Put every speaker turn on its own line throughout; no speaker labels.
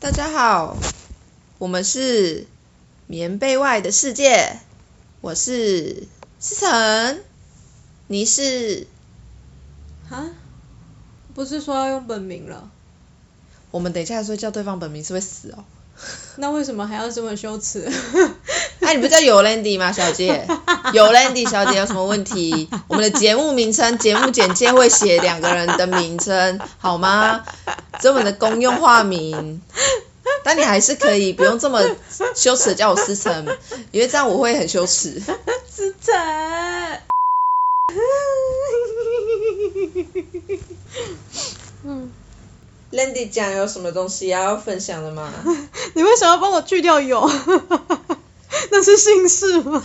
大家好，我们是棉被外的世界，我是思成，你是
啊？不是说要用本名了？
我们等一下说叫对方本名是会死哦。
那为什么还要这么羞耻？
哎、你不叫 Yolandi 吗，小姐？Yolandi 小姐有什么问题？我们的节目名称、节目简介会写两个人的名称，好吗？这是我们的公用化名。但你还是可以不用这么羞耻的叫我思成，因为这样我会很羞耻。
思成，
Landy 讲有什么东西要分享的吗？
你为什么要帮我去掉有？那是姓氏吗？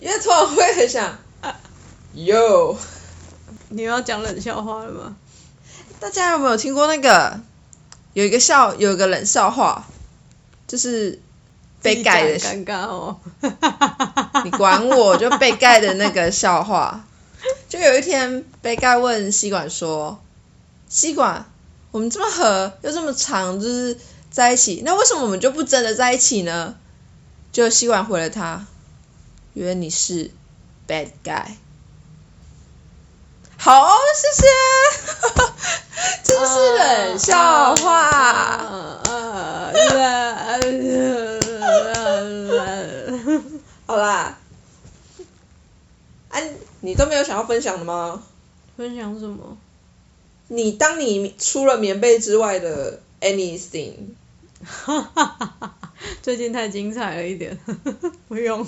因为突然会很 想，Yo，
你又要讲冷笑话了吗？
大家有没有听过那个有一个笑有一个冷笑话，就是被盖
自
的，
己讲很尴尬哦。
你管我就被盖的那个笑话。就有一天，被盖问吸管说：“吸管，我们这么合又这么长，就是在一起，那为什么我们就不真的在一起呢？”就吸管回了他：“因为你是 bad guy。”好，谢谢， 这是冷笑
啊
话。好啦，啊，你都没有想要分享的吗？
分享什么？
你当你除了棉被之外的 anything，
最近太精彩了一点，不用。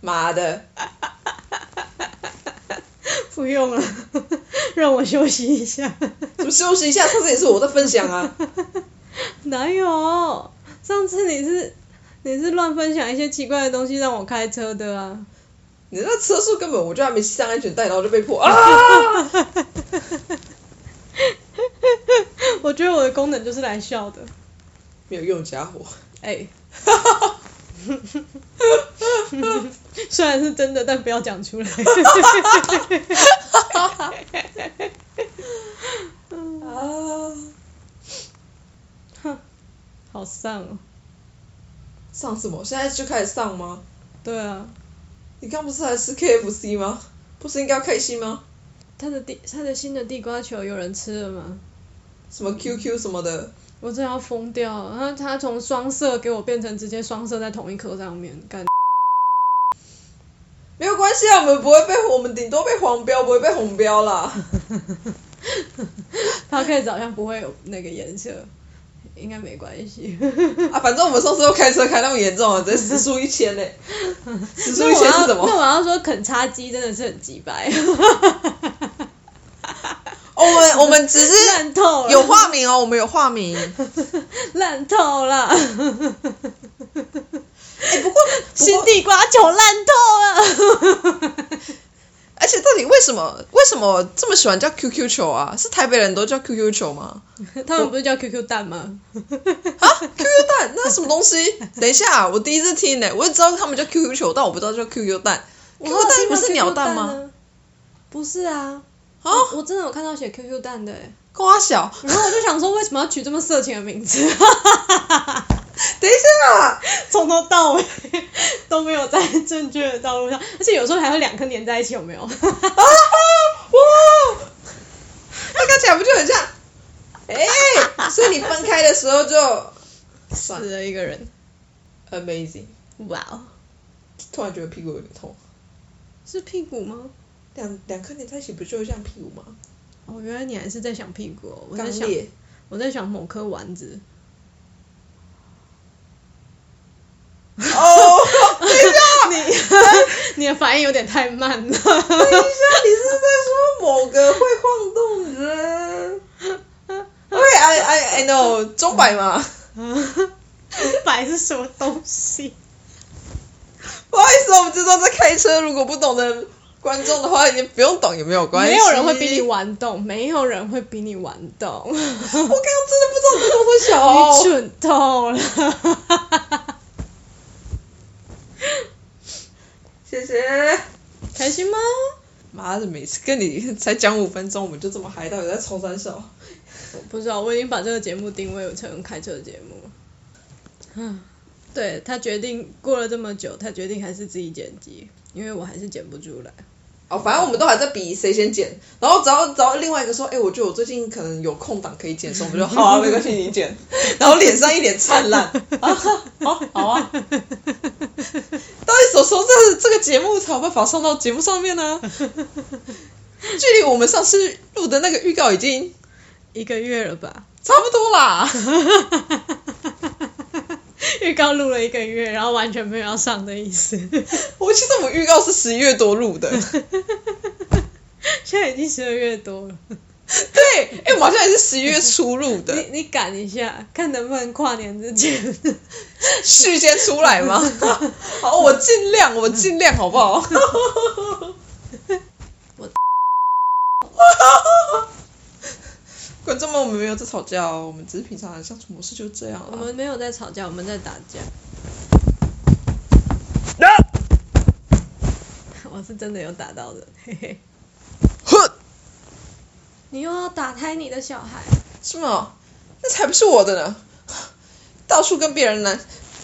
妈的，
不用了， 让我休息一下。
怎么休息一下？上次也是我在分享 啊。
哪有？上次你是你是乱分享一些奇怪的东西让我开车的啊！
你那车速根本我就还没系上安全带，然后就被迫 啊！
我觉得我的功能就是来笑的。
没有用，家伙。
哎、 虽然是真的，但不要讲出来。
啊！
好丧哦。
上什么？现在就开始上吗？
对啊，
你刚不是还吃 KFC 吗？不是应该要开心吗？
他的地他的新的地瓜球有人吃了吗？
什么 QQ 什么的，
我真的要疯掉了！他他从双色给我变成直接双色在同一颗上面， 干
没有关系啊，我们不会被，我们顶多被黄标，不会被红标 啦。
他可以好像不会有那个颜色，应该没关系。
啊，反正我们上次又开车开那么严重了，直接时速一千 嘞。时速
那
一
我
千
要
是什
那
么？
我要说啃叉鸡真的是很鸡掰，
哦我们我们只是
烂透 了，
有化名哦，我们有化名。
烂透 了，
哎、不过
新地瓜球烂透了。
而且到底为什么为什么这么喜欢叫 QQ 球啊？是台北人都叫 QQ 球吗？
他们不是叫 QQ 蛋吗？
啊，QQ 蛋那什么东西？等一下，啊我第一次听呢、我只知道他们叫 QQ 球，但我不知道叫 QQ 蛋。
我
QQ 蛋不是鸟蛋
蛋啊
吗？？
不是啊，
啊，
我我真的有看到写 QQ 蛋的欸，
瓜小，啊
然后我就想说为什么要取这么色情的名字？
等一下，啊
从头到尾都没有在正确的道路上，而且有时候还会两颗粘在一起，有没有？
哇，那看起来不就很像？哎、所以你分开的时候就算
死了一个人，
amazing，
哇哦，
突然觉得屁股有点痛，
是屁股吗？
两两颗粘在一起不就像屁股吗？
哦，原来你还是在想屁股哦，我
刚
在想
裂，
我在想某颗丸子，
哦，
你的反应有点太慢了。
等一下，你是在说某个会晃动的人？ 喂，I 哎 I I know，钟摆 嘛。
白是什么东西？
不好意思，我们这周在开车，如果不懂的观众的话，也不用懂也没有关系。
没有人会比你。玩懂，没有人会比你玩懂，
我刚刚真的不知道你在说小、
你蠢透了。
谢谢。
开心吗？
妈的，每次跟你才讲五分钟，我们就这么嗨，到底在冲三小？
我不知道，我已经把这个节目定位成开车节目。嗯，对他决定过了这么久，他决定还是自己剪辑，因为我还是剪不出来。
哦，反正我们都还在比谁先剪，然后只要只要另外一个说，哎、我觉得我最近可能有空档可以剪的时候，我们就好啊，没关系，你剪， 然后脸上一脸灿烂，啊，好啊，好啊，到底什么时候这这个节目才有办法上到节目上面呢？距离我们上次录的那个预告已经
一个月了吧？
差不多啦，
预告录了一个月，然后完全没有要上的意思。
我其实我们预告是十一月多录的，
现在已经十二月多了，
对，哎、我们好像也是十一月初录的，
你你赶一下，看能不能跨年之前。
续先出来 吗？好，我尽量，我尽量，好不好？
我，
观众们，我们没有在吵架哦，我们只是平常的相处模式就是这 样、啊。
我们没有在吵架，我们在打架。 我是真的有打到的， 嘿嘿。
哼，
你又要打胎你的小孩？
什么？那才不是我的呢！到处跟别人呢，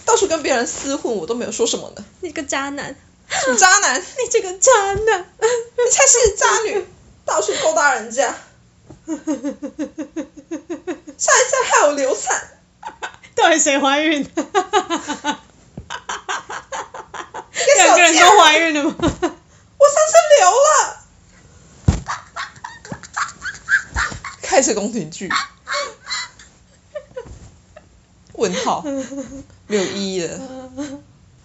到处跟别人厮混，我都没有说什么呢。
你个渣男！
什么渣男？
你这个渣男！
你才是渣女，到处勾搭人家，上一次害我流产。
到底谁怀孕？
两
两个人都怀孕了吗？
我上次流了。开始宫廷剧。问号，没有意义了。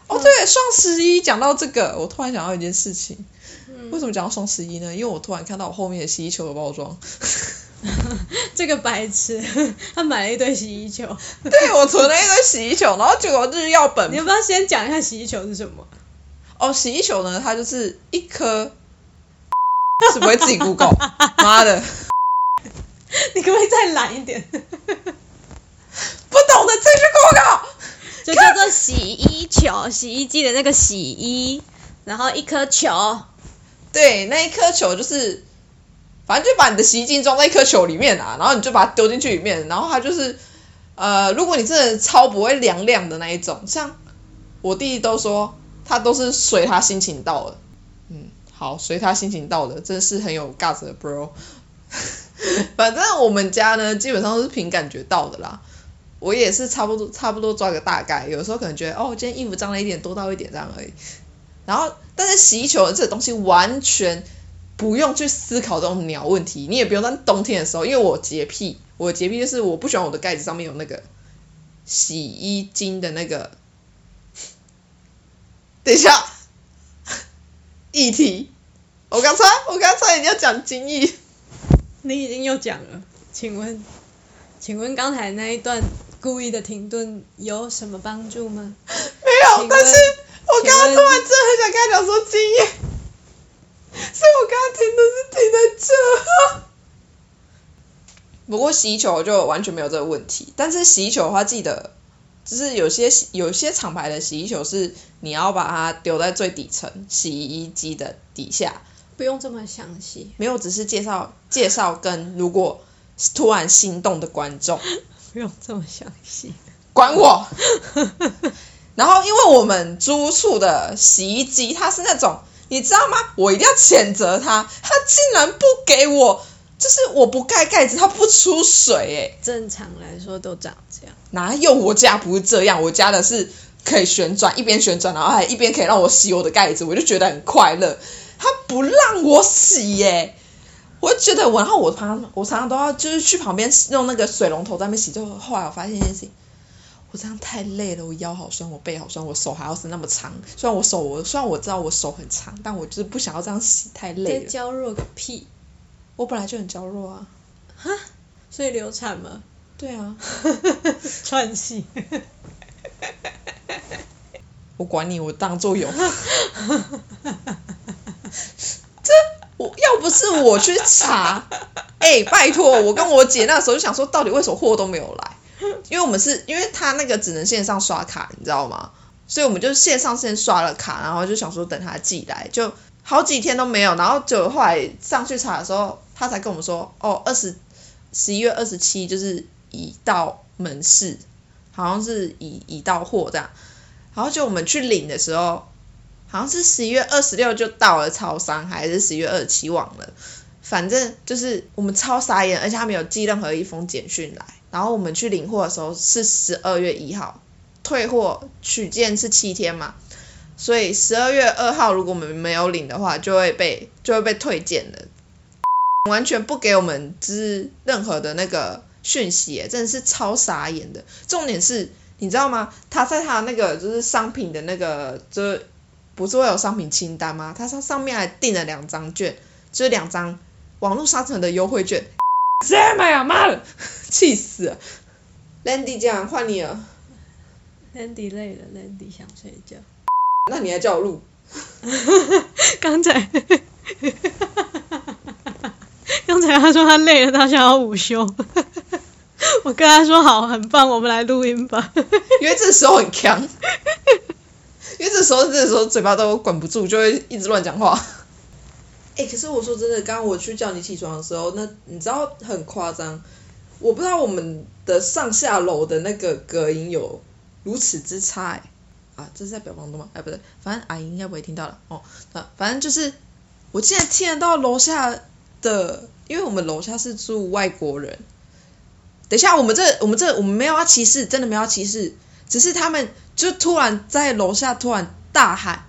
哦，对，双十一讲到这个，我突然想到一件事情。为什么讲到双十一呢？因为我突然看到我后面的洗衣球的包装，
这个白痴，他买了一堆洗衣球。
对我囤了一堆洗衣球，然后结果日药本
你要不要先讲一下洗衣球是什么？
哦，洗衣球呢，它就是一颗， 是不会自己 Google，妈的，
你可不可以再懒一点？
不懂的自己去 Google。
就 叫做洗衣球，洗衣机的那个洗衣，然后一颗球，
对，那一颗球就是，反正就把你的洗衣精装在一颗球里面啊，然后你就把它丢进去里面，然后它就是，呃，如果你真的超不会凉凉的那一种，像我弟都说他都是随他心情到的，嗯，好，随他心情到的，真是很有 guts 的 bro。反正我们家呢，基本上都是凭感觉到的啦。我也是差不多，差不多抓个大概，有时候可能觉得哦，今天衣服脏了一点，多到一点这样而已。然后，但是洗衣球这个东西完全不用去思考这种鸟问题，你也不用在冬天的时候，因为我洁癖，我洁癖就是我不喜欢我的盖子上面有那个洗衣精的那个。 等一下， 议题，我刚才我刚才你要讲精益，
你已经又讲了，请问，请问刚才那一段故意的停顿有什么帮助吗？
没有，
请问
但是我刚刚
请问
突然真的很想跟他讲说精益，所以我刚刚停的是停在这。不过洗衣球就完全没有这个问题，但是洗衣球的话，记得就是有些洗有些厂牌的洗衣球是你要把它丢在最底层洗衣机的底下，
不用这么详细，
没有，只是介绍介绍跟如果突然心动的观众，
不用这么详细。
管我。 然后，因为我们租处的洗衣机，它是那种，你知道吗？我一定要谴责他，他竟然不给我，就是我不盖盖子，它不出水、欸，
正常来说都长这样，
哪有我家不是这样？我家的是可以旋转，一边旋转，然后还一边可以让我洗我的盖子，我就觉得很快乐。他不让我洗耶、我就觉得我，然后我常我常常都要就是去旁边用那个水龙头在那边洗，就后来我发现一件事情。我这样太累了，我腰好酸，我背好酸，我手还要是那么长。虽然我手我虽然我知道我手很长，但我就是不想要这样洗，太
在
累了。
娇弱个屁，
我本来就很娇弱啊，
所以流产 吗？
对啊，
串戏，
我管你，我当做有。 这我要不是我去查， 哎、拜托，我跟我姐那时候就想说，到底为什么货都没有来？因为我们是因为他那个只能线上刷卡，你知道吗？所以我们就线上先刷了卡，然后就想说等他寄来，就好几天都没有，然后就后来上去查的时候，他才跟我们说，哦，二十十一月二十七就是已到门市，好像是已已到货这样，然后就我们去领的时候，好像是十一月二十六就到了超商，还是十一月二十七忘了，反正就是我们超傻眼，而且他没有寄任何一封简讯来，然后我们去领货的时候是十二月一号，退货取件是七天嘛，所以十二月二号如果我们没有领的话，就会被就会被退件的，完全不给我们知任何的那个讯息耶，真的是超傻眼的。重点是，你知道吗？他在他那个就是商品的那个，就是不是会有商品清单吗？他上上面还订了两张券，就是两张网络商城的优惠券， 谁买啊？妈的，气死了！Landy 讲换你了，
Landy 累了，Landy 想睡觉。
那你还叫我录？
刚才， 刚才他说他累了，他想要午休。 我跟他说好，很棒，我们来录音吧。
因为这时候很强，因为这时候这时候嘴巴都管不住，就会一直乱讲 话。哎、可是我说真的，刚刚我去叫你起床的时候，那你知道很夸张，我不知道我们的上下楼的那个隔音有如此之差、哎啊，这是在表房东吗？哎，不对，反正阿姨应该不会听到了哦。那反正就是，我竟然听得到楼下的，因为我们楼下是住外国人。等一下，我们这我们这我们没有要歧视，真的没有要歧视，只是他们就突然在楼下突然大喊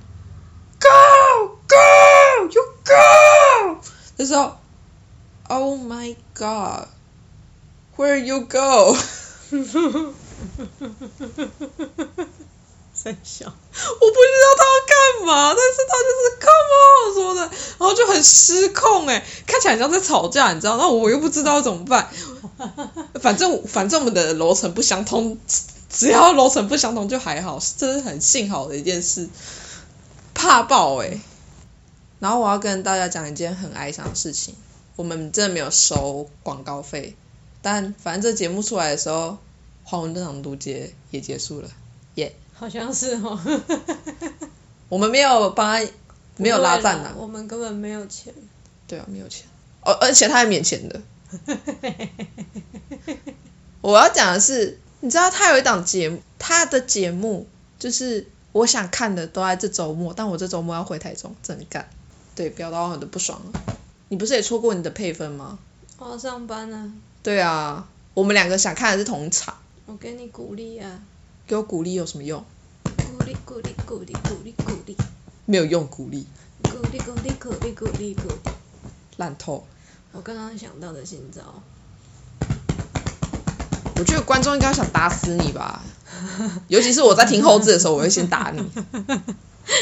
，Go Go You Go，这时候，Oh my God，Where you go？
三小，
我不知道他要干嘛，但是他就是 come on 说的，然后就很失控哎，看起来很像在吵架，你知道？那我又不知道怎么办，反正反正我们的楼层不相通，只只要楼层不相同就还好，这是很幸好的一件事，怕爆哎。然后我要跟大家讲一件很哀伤的事情，我们真的没有收广告费，但反正这节目出来的时候，黄文正常读节也结束了。
好像是哦，
我们没有帮他，没有拉赞呐、啊
我们根本没有 钱。
对啊，没有钱，哦，而且他还免钱的。我要讲的是，你知道他有一档节目，他的节目就是我想看的都在这周末，但我这周末要回台中，真干。对，表达我很的不爽了。你不是也错过你的配分吗？
我要上班啊，
对啊，我们两个想看的是同一场，
我给你鼓励啊，
给我鼓励有什么用？
鼓励鼓励鼓励鼓励鼓励
没有用，鼓励
鼓励鼓励鼓励鼓励鼓励。
烂透。
我刚刚想到的新招，
我觉得观众应该想打死你吧，尤其是我在听后置的时候，我会先打你。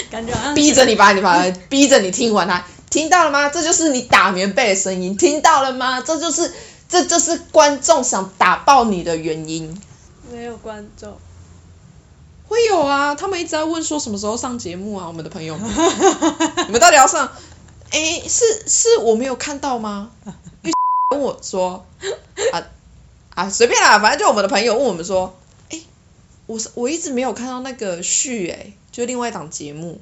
感觉好像
逼着你把你把逼着你听完它，听到了吗？这就是你打棉被的声音，听到了吗？这就是这就是观众想打爆你的原因。
没有观众。
会有啊，他们一直在问说什么时候上节目啊，我们的朋友们， 你们到底要上？诶，是是我没有看到吗？因为 跟我说啊啊随便啦，反正就我们的朋友问我们说，诶，我是我一直没有看到那个序诶，就另外一档节目。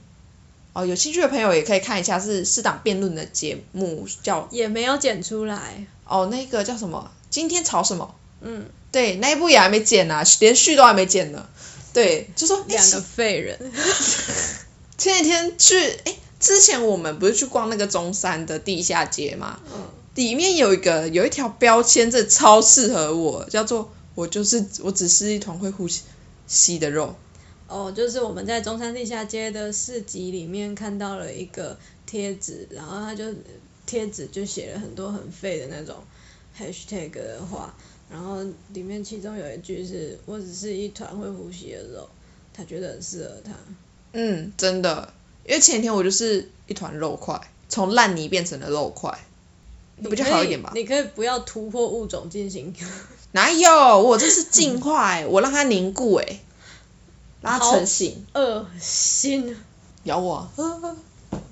哦，有兴趣的朋友也可以看一下，是四档辩论的节目，叫
也没有剪出来。
哦那个叫什么？今天吵什么？
嗯，
对，那一部也还没剪啊，连续都还没剪呢。对，就说
两个废人。
前几天去，哎，之前我们不是去逛那个中山的地下街嘛？
嗯
里面有一个有一条标签，这超适合我，叫做“我就是我只是一团会呼吸的肉
哦，就是我们在中山地下街的市集里面看到了一个贴纸，然后他就贴纸就写了很多很废的那种 hashtag 的话，然后里面其中有一句是“我只是一团会呼吸的肉”，他觉得很适合他。”。
嗯，真的，因为前几天我就是一团肉块，从烂泥变成了肉块，那不就好一点吧？
你可以你可以不要突破物种进行，
哪有？我这是进化、 欸，我让它凝固、欸，哎，让它成型，
恶心，
咬我啊、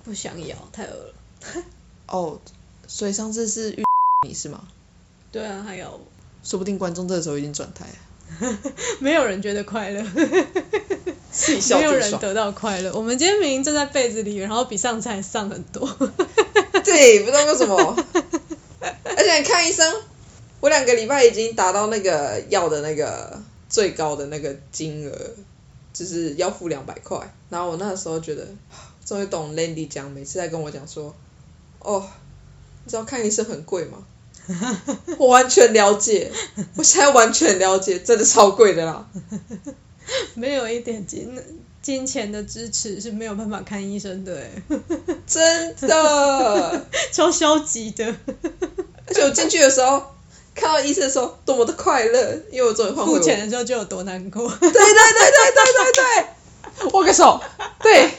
不想咬，太恶了。
哦，所以上次是遇你是吗？
对啊，还有
说不定观众这个时候已经转台了。
没有人觉得快乐，
自己 笑
没有
自己
人
爽。
得到快乐。我们今天明明就在被子里，然后比上次还上很多。
对，不知道为什么。而且看医生，我两个礼拜已经达到那个药的那个最高的那个金额，就是要付两百块。然后我那时候觉得， 终于懂 Landy 讲，每次在跟我讲说，哦，你知道看医生很贵吗？我完全了解，我现在完全了解，真的超贵的啦。
没有一点金金钱的支持是没有办法看医生的，哎
真的。
超消极的，
而且我进去的时候，看到医生的时候，多么的快乐，因为我终于换回
付
我
钱的时候就有多难过。
对对对对对对对，握个手，对，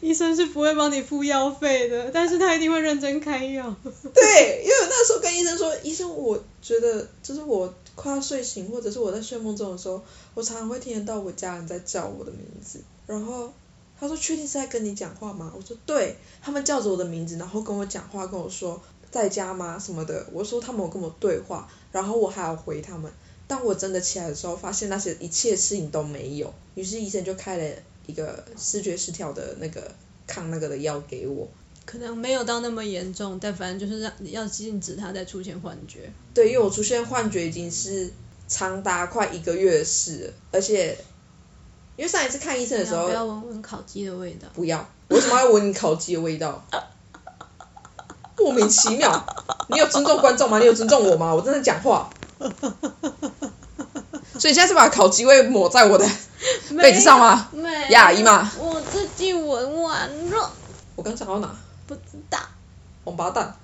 医生是不会帮你付药费的，但是他一定会认真开药。
对，因为我那时候跟医生说，医生，我觉得就是我快要睡醒，或者是我在睡梦中的时候，我常常会听得到我家人在叫我的名字，然后他说，确定是在跟你讲话吗？我说对，他们叫着我的名字，然后跟我讲话，跟我说在家吗什么的，我说他们有跟我对话，然后我还要回他们。当我真的起来的时候，发现那些一切事情都没有，于是医生就开了一个视觉失调的那个抗那个的药给我，
可能没有到那么严重，但反正就是让要禁止他再出现幻觉。
对，因为我出现幻觉已经是长达快一个月的事了，而且因为上一次看医生的时
不要
候
不，要闻闻烤鸡的味道。
不要，我为什么要闻你烤鸡的味道？莫名其妙，你有尊重观众吗？你有尊重我吗？我正在讲话。所以你现在是把烤鸡味抹在我的 被子上吗？
没有
呀姨妈
我自己闻完了，
我刚讲到哪？
不知道。
王八蛋！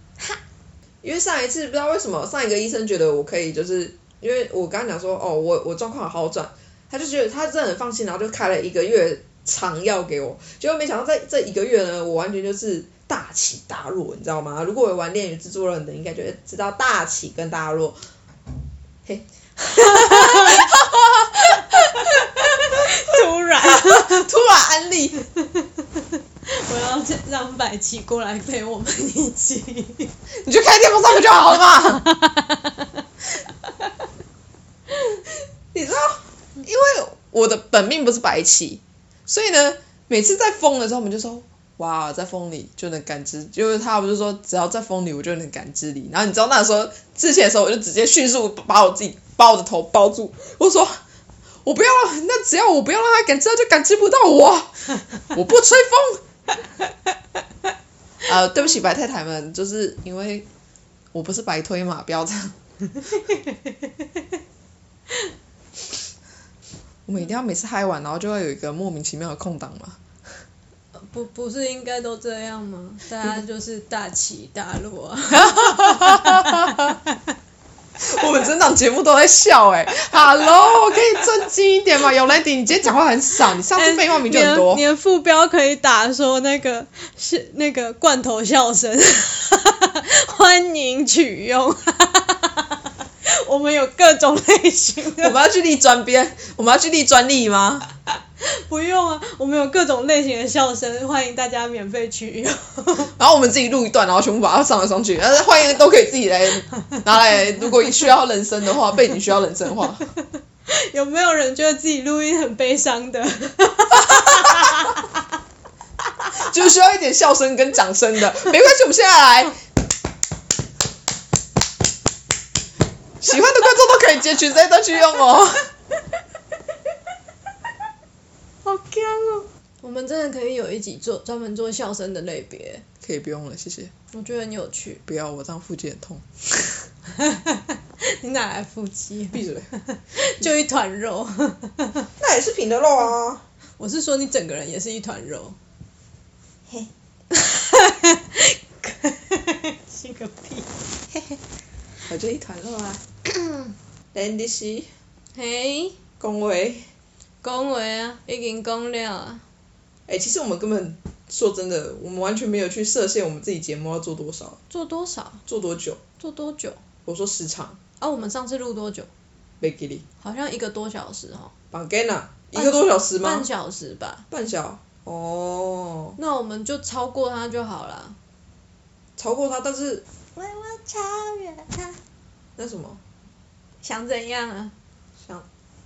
因为上一次不知道为什么，上一个医生觉得我可以，就是因为我刚刚讲说，哦，我我状况有好转，他就觉得他真的很放心，然后就开了一个月长药给我。结果没想到在这一个月呢，我完全就是大起大落，你知道吗？如果有玩《恋与制作人》的，应该就会知道大起跟大落。 嘿，
突然，
突然安利，
我要让百奇过来陪我们一 起。
你就开电风扇不就好了嘛？ 你知道，因为我的本命不是白起，所以呢，每次在风的时候，我们就说。哇，在风里就能感知，就是他不是说只要在风里我就能感知你。然后你知道那时候之前的时候，我就直接迅速把我自己把我的头包住，我说我不要让，那只要我不要让他感知到，就感知不到我，我不吹风。呃，对不起，白太太们，就是因为我不是白推嘛，不要这样。我们一定要每次嗨完，然后就会有一个莫名其妙的空档嘛。
不，不是应该都这样吗？大家就是大起大落 啊。
我们整档节目都在笑哎、哈 Hello，可以正经一点嘛？有 Lady，你今天讲话很少，你上次废话名就很
连
多。
连副标可以打说那个是那个罐头笑声， 欢迎取用。 我们有各种类型
我
的，
们要去立专编，我们要去立专利吗？
不用啊，我们有各种类型的笑声，欢迎大家免费取用。
然后我们自己录一段，然后全部把它上来上去，但是欢迎都可以自己来拿来。如果需要人声的话，背景需要人声的话，
有没有人觉得自己录音很悲伤的？
就是需要一点笑声跟掌声的。 没关系，我们现在来。喜欢的观众都可以截取这一段去用 哦。
好香哦！我们真的可以有一集做专门做笑声的类别，
可以不用了，谢谢。
我觉得很有趣。
不要，我这样腹肌很痛。
你哪来腹肌？
闭 嘴。
就一团肉。
那也是平的肉啊。
我是说你整个人也是一团肉。
嘿，
是个屁。
我就一团肉 啊。Landy 西，
嘿，
恭维。
讲话啊，已经讲了啊。
哎、其实我们根本说真的，我们完全没有去设限我们自己节目要做多少，
做多少？
做多久。
做多久？
我说时长，
啊，我们上次录多久？
没给你。
好像一个多小时哦，
绑 g a 啊，一
半
个多小时吗
半？小时吧。
半小。哦，
那我们就超过它就好了。
超过它，但是
我我超越
啊
它。
那什么，
想怎样啊？
想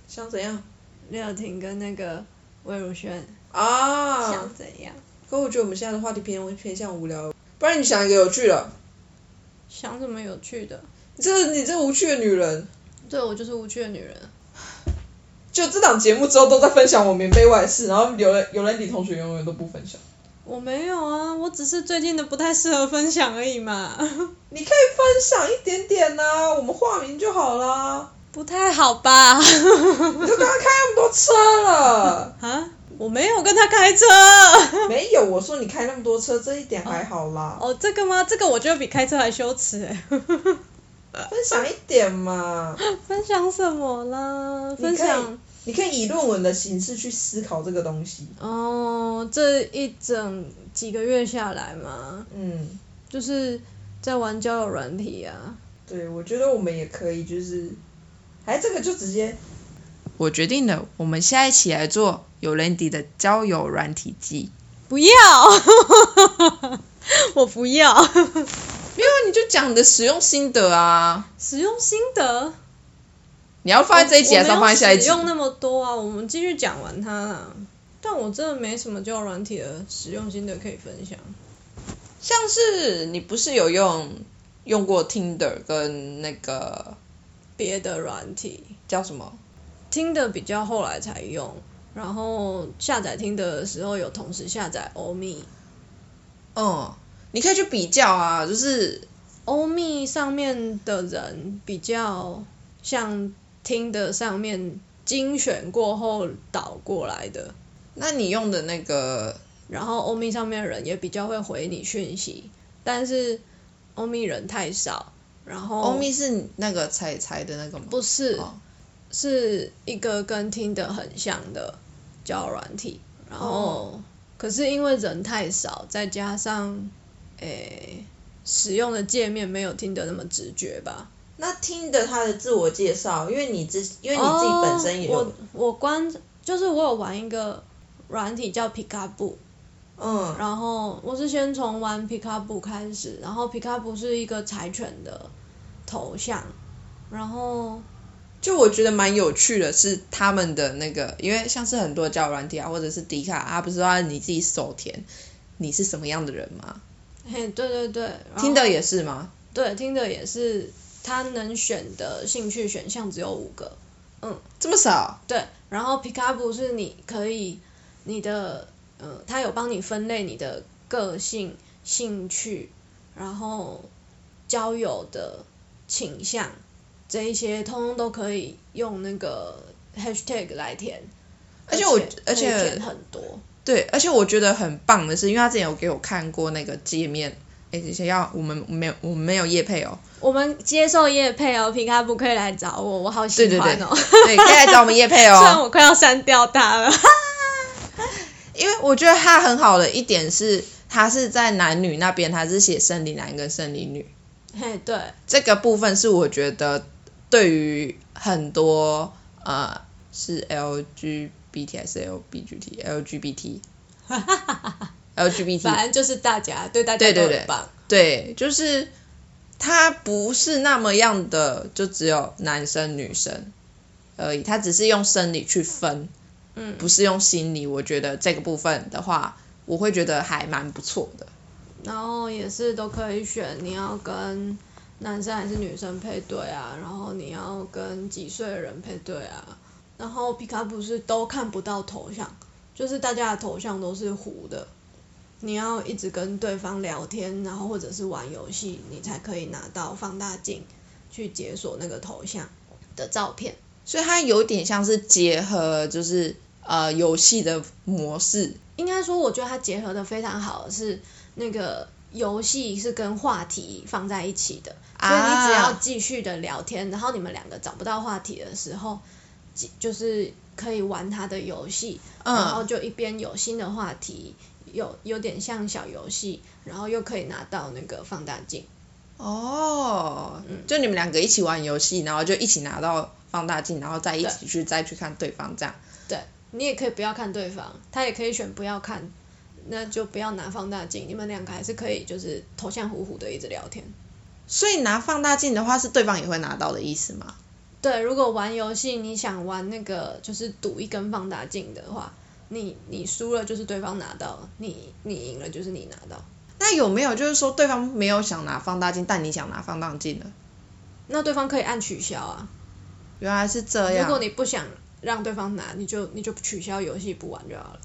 想怎样？
廖婷跟那个魏如萱
啊
想，怎样？
可我觉得我们现在的话题偏偏向无聊，不然你想一个有趣的。
想什么有趣的？
你这你这无趣的女人，
对我就是无趣的女人。
就这档节目之后都在分享我棉被外事，然后有人有人李同学永远都不分享。
我没有啊，我只是最近的不太适合分享而已嘛，
你可以分享一点点呐、我们化名就好啦。
不太好吧？
你都跟他开那么多车了，
啊，我没有跟他开车。
没有，我说你开那么多车，这一点还好啦，
哦，这个吗？这个我觉得比开车还羞耻哎、
分享一点嘛。
分享什么啦？
你可以
分享
你可以以论文的形式去思考这个东西。
哦，这一整几个月下来嘛，
嗯，
就是在玩交友软体啊。
对，我觉得我们也可以，就是，哎，这个就直接。我决定了，我们下一期来做有人迪的交友软体记。
不要，我不要。
没有，你就讲你的使用心得啊。
使用心得，
你要放在这一集还是要
我
放在下一集？
我没有使用那么多啊，我们继续讲完它啦。但我真的没什么交友软体的使用心得可以分享。
像是你不是有用用过 Tinder 跟那个
别的软体，
叫什么？
听的比较后来才用，然后下载听的时候有同时下载哦欧米，
嗯，你可以去比较啊，就是
欧米上面的人比较像听的上面精选过后导过来的，
那你用的那个
然后欧米上面的人也比较会回你讯息，但是欧米人太少，然后
欧米是那个彩彩的那个吗？
不是、
哦
是一个跟听的很像的交友软体，然后、
哦
可是因为人太少，再加上诶、使用的界面没有听的那么直觉吧，
那听的他的自我介绍，因为你自因为
哦、我我关就是我有玩一个软体叫皮卡布，
嗯
然后我是先从玩皮卡布开始，然后皮卡布是一个柴犬的头像，然后
就我觉得蛮有趣的是他们的那个，因为像是很多交友软体啊，或者是迪卡啊，不是说你自己手填你是什么样的人吗？
嘿对对对，然后
听的也是吗？
对，听的也是，他能选的兴趣选项只有五个。
这么少？
对，然后 Pickup 是你可以你的，呃，他有帮你分类你的个性、兴趣，然后交友的倾向，这一些通通都可以用那个 Hashtag 来填。
而且我而
而可以
且
填很多，
对，而且我觉得很棒的是，因为他之前有给我看过那个界面，哎，等一下要我们没有我们没有叶配哦，
我们接受叶配哦，Pickup 可以来找我，我好喜
对对
欢哦。
对对，可以来找我们叶配
虽然
哦。
我快要删掉它了。
因为我觉得他很好的一点是，他是在男女那边，他是写生理男跟生理女
嘿，对，
这个部分是我觉得对于很多呃是 LGBT 还是 LBGT，LGBT。LGBT
反正就是大家对大家
对
都
对
很棒。
对，就是他不是那么样的，就只有男生女生而已，他只是用生理去分，
嗯，
不是用心理。我觉得这个部分的话，我会觉得还蛮不错的。
然后也是都可以选你要跟男生还是女生配对啊，然后你要跟几岁的人配对啊。然后皮卡不是都看不到头像，就是大家的头像都是糊的，你要一直跟对方聊天，然后或者是玩游戏，你才可以拿到放大镜去解锁那个头像的照片。
所以它有点像是结合，就是呃游戏的模式，
应该说，我觉得它结合的非常好，是那个游戏是跟话题放在一起的，所以你只要
啊
继续的聊天，然后你们两个找不到话题的时候，即就是可以玩他的游戏，然后
嗯，
就一边有新的话题，有有点像小游戏，然后又可以拿到那个放大镜。
哦
嗯，
就你们两个一起玩游戏，然后就一起拿到放大镜，然后再一起去再去看对方这样。
你也可以不要看对方，他也可以选不要看，那就不要拿放大镜，你们两个还是可以就是头像糊糊的一直聊天。
所以拿放大镜的话，是对方也会拿到的意思吗？
对，如果玩游戏你想玩那个就是赌一根放大镜的话，你你输了就是对方拿到，你你赢了就是你拿到。
那有没有就是说对方没有想拿放大镜，但你想拿放大镜呢？
那对方可以按取消啊，
原来是这
如果
样，
你不想让对方拿，你就你就取消游戏不玩就好了。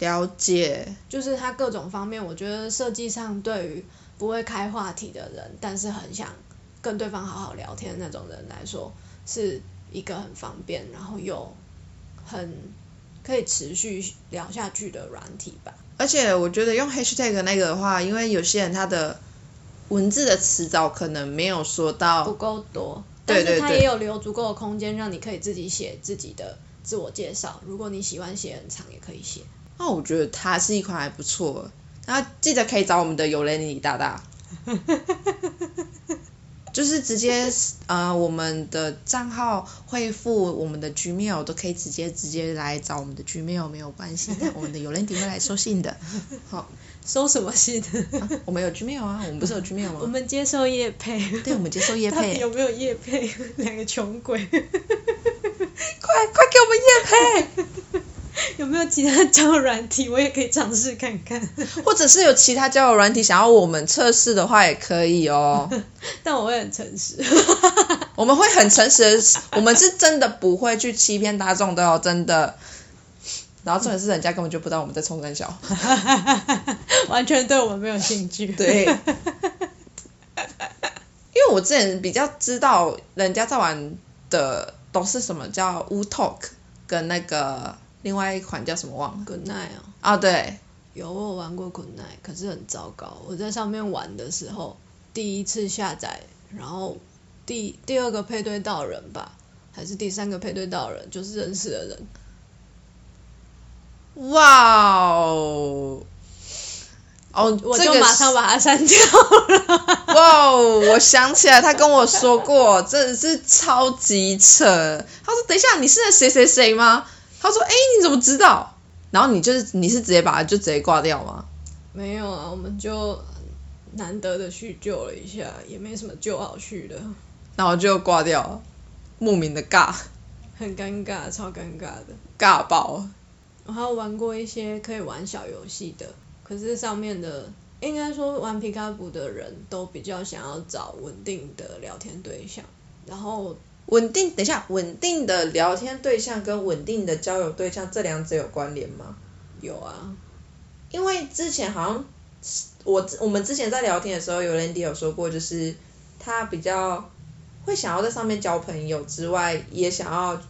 了解。
就是它各种方面，我觉得设计上对于不会开话题的人，但是很想跟对方好好聊天的那种人来说，是一个很方便，然后又很可以持续聊下去的软体吧。
而且我觉得用 hashtag 那个的话，因为有些人他的文字的词藻可能没有说
不
到，
够多，
对
但是
哦对
它
对
也有留足够的空间，让你可以自己写自己的自我介绍。如果你喜欢写很长，也可以写。
那我觉得它是一款还不错的。那记得可以找我们的尤雷尼大 大，就是直接呃我们的账号会附我们的 Gmail 都可以直接直接来找我们的 Gmail 没有关系的，我们的尤雷尼会来收信的。
收什么信？
啊我们有 Gmail 啊，我们不是有 Gmail
我
吗？
们接受业配，
对，我们接受业
到底
配，
有没有业配？ 两个穷鬼，
快快给我们业配。
有没有其他交友软体？我也可以尝试看看，
或者是有其他交友软体想要我们测试的话，也可以哦。
但我会很诚实。
我们会很诚实的，我们是真的不会去欺骗大众的哦，真的。然后重点是人家根本就不知道我们在冲三小，
完全对我们没有兴趣。
对。因为我之前比较知道人家在玩的都是什么叫 Wu Talk 跟那个另外一款叫什么忘了
，Good night 哦，
啊、对，
有我有玩过 Good night，可是很糟糕。我在上面玩的时候，第一次下载，然后第第二个配对到人吧，还是第三个配对到人，就是认识的人。
哇哦，哦，
我
这
就
个
马上把它删掉。
哇哦！我想起来，他跟我说过，真的是超级扯。他说：“等一下，你是那谁谁谁吗？”他说：“哎、你怎么知道？”然后你就是你是直接把他就直接挂掉吗？
没有啊，我们就难得的叙旧了一下，也没什么旧好叙的，
然后就挂掉了，莫名的尬
很尴尬，超尴尬的。
尬爆。
我还有玩过一些可以玩小游戏的，可是上面的应该说玩皮卡普的人都比较想要找稳定的聊天对象，然后
稳定，等一下，稳定的聊天对象跟稳定的交友对象这两者有关联吗？
有啊，
因为之前好像我我们之前在聊天的时候，有人迪有说过，就是他比较会想要在上面交朋友之外，也想要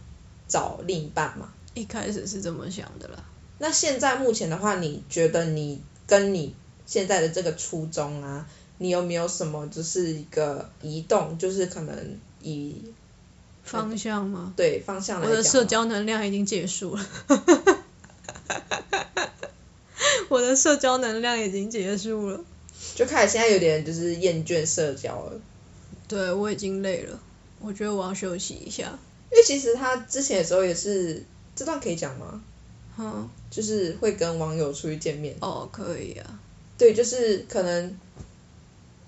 找另一半嘛。
一开始是这么想的啦。
那现在目前的话，你觉得你跟你现在的这个初衷啊，你有没有什么就是一个移动，就是可能以
方向吗？
对方向来
我
讲啊，
的社交能量已经结束了，我的社交能量已经结束了，
就开始现在有点就是厌倦社交了。
对我已经累了，我觉得我要休息一下。
因为其实他之前的时候也是，这段可以讲吗？
嗯，
就是会跟网友出去见面。
哦，可以啊，
对，就是可能，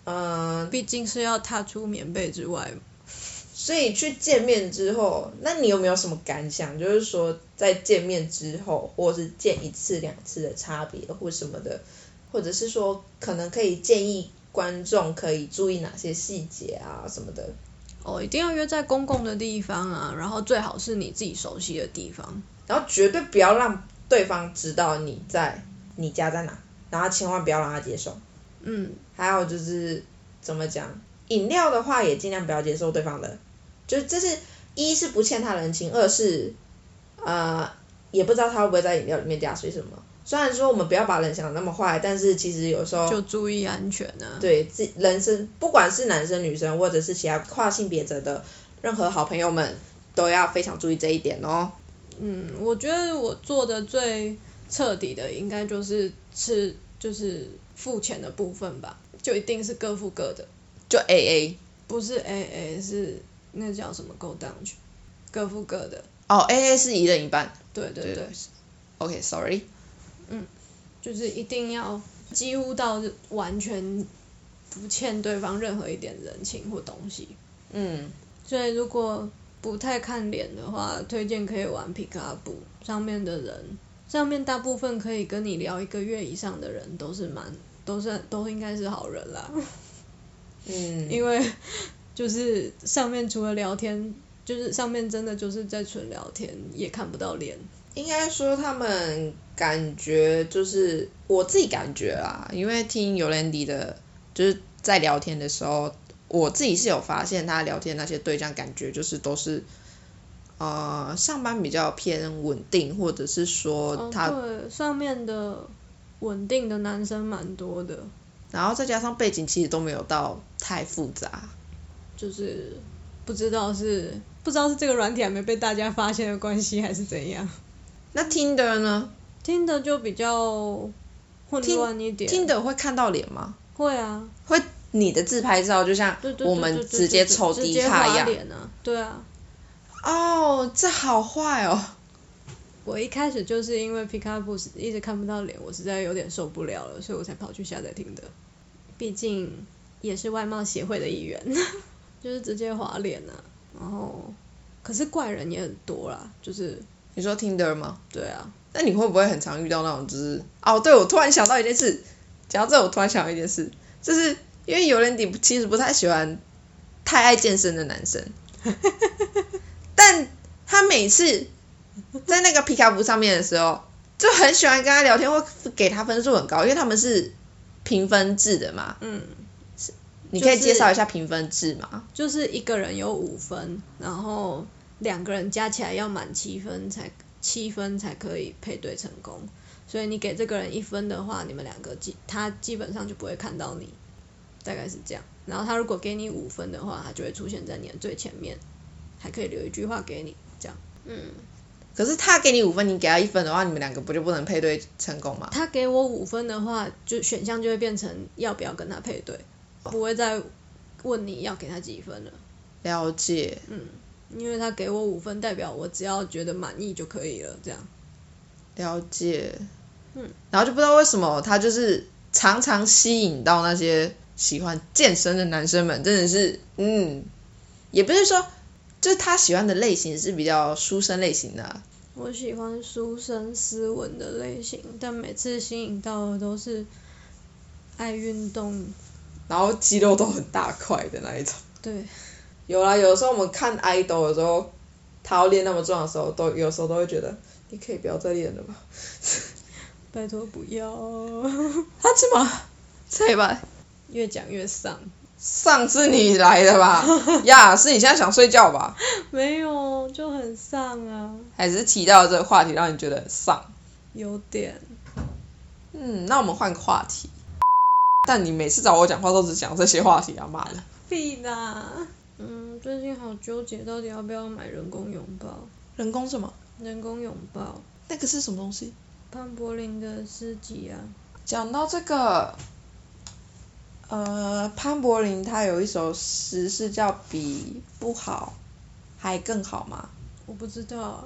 嗯、
毕竟是要踏出棉被之外嘛
所以去见面之后，那你有没有什么感想？就是说，在见面之后，或者是见一次、两次的差别，或什么的，或者是说，可能可以建议观众可以注意哪些细节啊什么的。
哦，一定要约在公共的地方啊，然后最好是你自己熟悉的地方。
然后绝对不要让对方知道你在你家在哪，然后千万不要让他接受。
嗯，
还有就是怎么讲，饮料的话也尽量不要接受对方的，就是这是一是不欠他人情，二是呃也不知道他会不会在饮料里面加水什么。虽然说我们不要把人想的那么坏，但是其实有时候
就注意安全啊。
哦对自人生，不管是男生女生或者是其他跨性别者的任何好朋友们，都要非常注意这一点哦。
嗯，我觉得我做的最彻底的，应该就是是就是付钱的部分吧，就一定是各付各的，
就 A A
不是 A A 是那叫什么 go down 去，各付各的。
哦，A A 是一人一半。
对对对，
OK，Sorry、
就是一定要几乎到完全不欠对方任何一点人情或东西。
嗯，
所以如果不太看脸的话，推荐可以玩皮卡布，上面的人，上面大部分可以跟你聊一个月以上的人都是蛮都是都应该是好人啦，
嗯，
因为就是上面除了聊天，就是上面真的就是在纯聊天，也看不到脸。
应该说他们感觉就是我自己感觉啦，因为听尤兰迪的，就是在聊天的时候，我自己是有发现他聊天那些对象感觉就是都是。呃，上班比较偏稳定，或者是说他
哦、对上面的稳定的男生蛮多的，
然后再加上背景其实都没有到太复杂，
就是不知道是不知道是这个软体还没被大家发现的关系，还是怎样。
那听的呢？
听的就比较混乱一点，
听的会看到脸吗？
会啊，
你的自拍照就像
对对对
我们
对对对
直接抽
直
低
接
卡一
花
样，
脸啊，对啊。
哦，这好坏哦。
我一开始就是因为 p i c a b o 一直看不到脸，我实在有点受不了了，所以我才跑去下载听的。毕竟也是外貌协会的一员， 就是直接滑脸啊。然后，可是怪人也很多啦，就是
你说听的吗？
对啊，
那你会不会很常遇到那种就是哦？对，我突然想到一件事，讲到这我突然想到一件事，就是因为尤人迪其实不太喜欢太爱健身的男生，但他每次在那个皮卡布上面的时候，就很喜欢跟他聊天，会给他分数很高，因为他们是评分制的嘛。
嗯，
你可以
就是
介绍一下评分制吗？
就是一个人有五分，然后两个人加起来要满七分才七分才可以配对成功。所以你给这个人一分的话，你们两个基他基本上就不会看到你，大概是这样。然后他如果给你五分的话，他就会出现在你的最前面，还可以留一句话给你，这样。嗯，
可是他给你五分，你给他一分的话，你们两个不就不能配对成功吗？
他给我五分的话，就选项就会变成要不要跟他配对，不会再问你要给他几分了。
了解，
嗯，因为他给我五分，代表我只要觉得满意就可以了，这样。
了解。
嗯，
然后就不知道为什么他就是常常吸引到那些喜欢健身的男生们，真的是，嗯，也不是说，就是他喜欢的类型是比较书生类型的啊、
我喜欢书生斯文的类型，但每次吸引到的都是爱运动，
然后肌肉都很大块的那一种。
对，
有啦，有的时候我们看 idol 的时候，他要练那么壮的时候，都有时候都会觉得，你可以不要再练了吧？
拜托不要，
他起码这吧，
越讲越丧。
上次你来的 吧？呀，是你现在想睡觉吧？
没有，就很丧啊，
还是提到这个话题让你觉得丧？
有点。
嗯，那我们换个话题。但你每次找我讲话都只讲这些话题啊，妈的！
屁啦！嗯，最近好纠结，到底要不要买人工拥抱？
人工什么？
人工拥抱，
那个是什么东西？
潘柏林的诗集啊。
讲到这个，呃，潘柏林他有一首诗是叫《比不好还更好》 嘛，
我不知道啊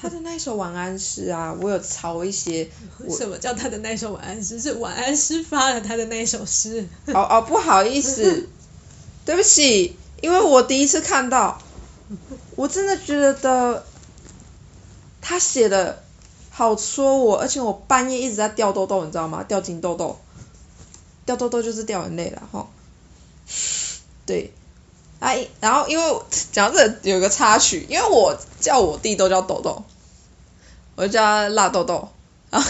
他的那一首晚安诗啊，我有抄一些，
为什么叫他的那首晚安诗，是晚安诗发了他的那首 诗。
哦哦，不好意思，对不起，因为我第一次看到，我真的觉得他写的好戳我，而且我半夜一直在掉痘痘，你知道吗？掉金痘痘，掉痘痘就是掉眼泪了哈。对，啊，一然后因为我讲到这个有个插曲，因为我叫我弟都叫豆豆，我就叫他辣豆豆啊。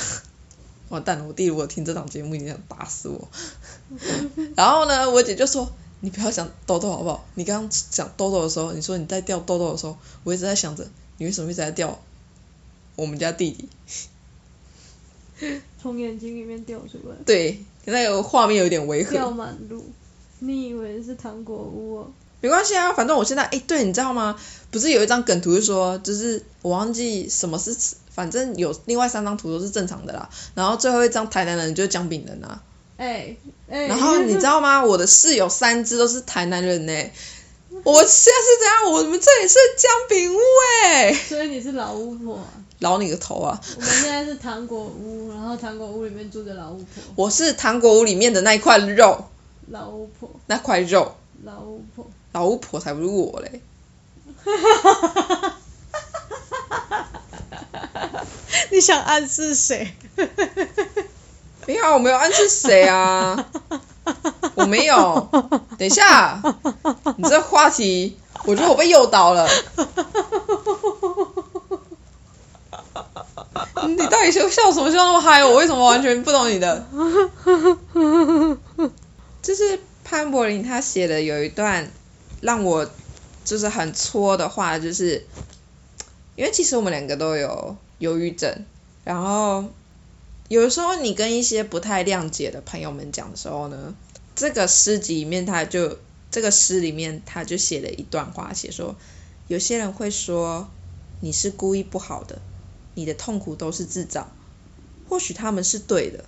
完蛋了，我弟如果听这档节目，一定想打死我。然后呢，我姐就说：“你不要讲痘痘好不好？你刚刚讲痘痘的时候，你说你在掉痘痘的时候，我一直在想着你为什么一直在掉我们家弟弟。
从眼睛里面掉出来，
对，那个画面有点违
掉
和。
满路。你以为是糖果屋、哦？
没关系啊，反正我现在哎，对，你知道吗？不是有一张梗图是说，就是我忘记什么是，反正有另外三张图都是正常的啦。然后最后一张台南人就是姜饼人啊。
哎、哎、
然后你知道吗？我的室友三只都是台南人呢、我现在是这样，我们这里是姜饼屋哎、
所以你是老巫婆啊、
挠你个头啊！
我们现在是糖果屋，然后糖果屋里面住着老巫婆，
我是糖果屋里面的那一块肉，
老巫婆，
那块肉，
老巫婆，
老巫婆才不是我嘞。
你想暗示谁？
没有，我没有暗示谁啊，我没有。等一下，你这话题，我觉得我被诱导了。你到底笑笑什么笑那么嗨？我为什么完全不懂你的？就是潘柏林他写的有一段让我就是很戳的话，就是因为其实我们两个都有忧郁症，然后有时候你跟一些不太谅解的朋友们讲的时候呢，这个诗集里面他就这个诗里面他就写了一段话，写说有些人会说你是故意不好的，你的痛苦都是自找，或许他们是对的，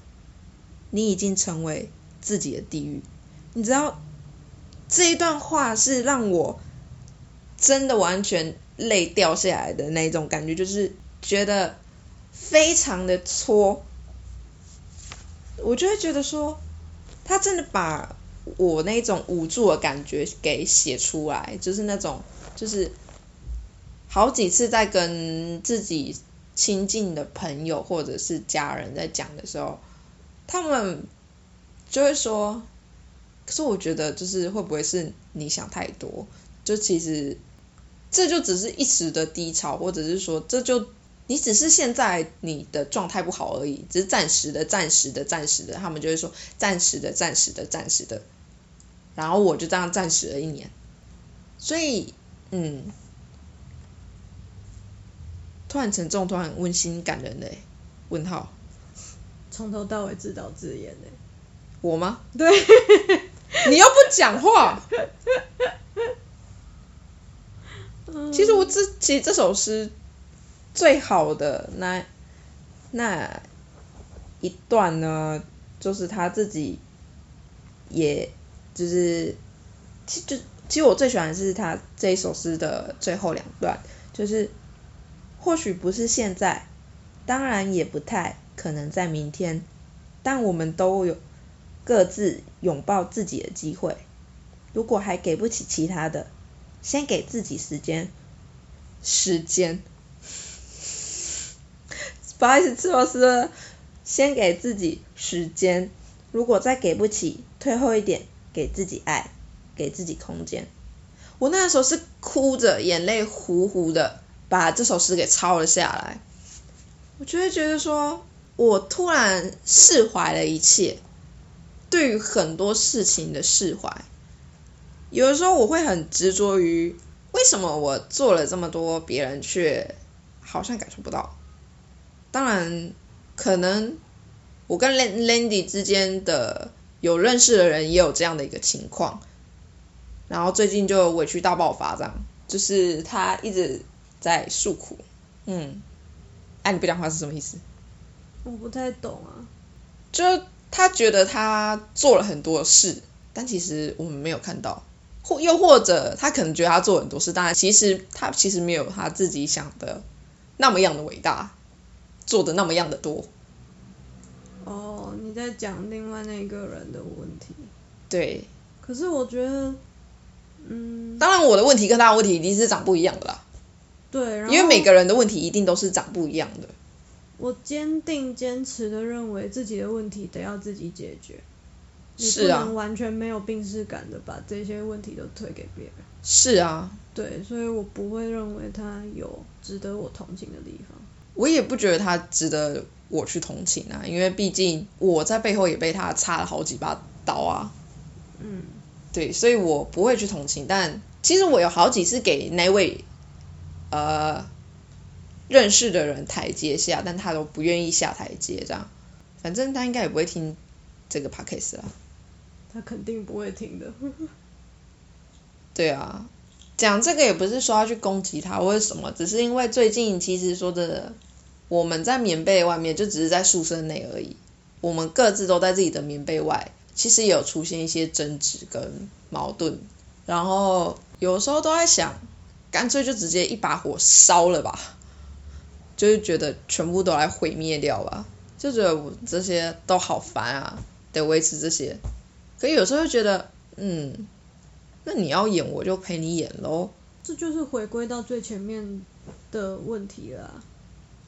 你已经成为自己的地狱。你知道这一段话是让我真的完全泪掉下来的那一种感觉，就是觉得非常的戳。我就会觉得说，他真的把我那种无助的感觉给写出来，就是那种就是好几次在跟自己亲近的朋友或者是家人在讲的时候，他们就会说，可是我觉得就是会不会是你想太多？就其实这就只是一时的低潮，或者是说这就你只是现在你的状态不好而已，只是暂时的、暂时的、暂时的。他们就会说暂时的、暂时的、暂时的。然后我就这样暂时了一年，所以嗯，突然沉重，突然温馨感人嘞？问号，
从头到尾自导自演呢、
我吗？对，你又不讲话。
嗯
其实我这其实这首诗最好的那那一段呢，就是他自己，也就是其就其实我最喜欢的是他这一首诗的最后两段，就是或许不是现在，当然也不太可能在明天，但我们都有各自拥抱自己的机会。如果还给不起其他的，先给自己时间，时间。 不好意思，吃螺丝了。先给自己时间，如果再给不起，退后一点，给自己爱，给自己空间。我那时候是哭着，眼泪糊糊的，把这首诗给抄了下来。我就会觉得说，我突然释怀了一切，对于很多事情的释怀。有的时候我会很执着于为什么我做了这么多，别人却好像感受不到。当然，可能我跟 Lan- Landy 之间的有认识的人也有这样的一个情况，然后最近就委屈大爆发，这样就是他一直在诉苦。嗯，哎、你不讲话是什么意思？
我不太懂啊。
就他觉得他做了很多事，但其实我们没有看到，或又或者他可能觉得他做很多事，但其实他其实没有他自己想的那么样的伟大，做的那么样的多。
哦，你在讲另外那个人的问题。
对，
可是我觉得，嗯，
当然我的问题跟他的问题一定是长不一样的啦，
对，然后
因为每个人的问题一定都是长不一样的。
我坚定坚持的认为自己的问题得要自己解决，你不
是啊
能完全没有病视感的把这些问题都推给别人。
是啊，
对，所以我不会认为他有值得我同情的地方。
我也不觉得他值得我去同情啊，因为毕竟我在背后也被他插了好几把刀啊。
嗯，
对，所以我不会去同情。但其实我有好几次给那位呃认识的人台阶下，但他都不愿意下台阶，这样。反正他应该也不会听这个 podcast 啦。
他肯定不会听的。
对啊，讲这个也不是说要去攻击他或者什么，只是因为最近其实说真的，我们在棉被外面就只是在宿舍内而已，我们各自都在自己的棉被外，其实也有出现一些争执跟矛盾，然后有时候都在想，干脆就直接一把火烧了吧，就是觉得全部都来毁灭掉吧，就觉得我这些都好烦啊，得维持这些，可有时候又觉得，嗯。那你要演我就陪你演喽。
这就是回归到最前面的问题了啊。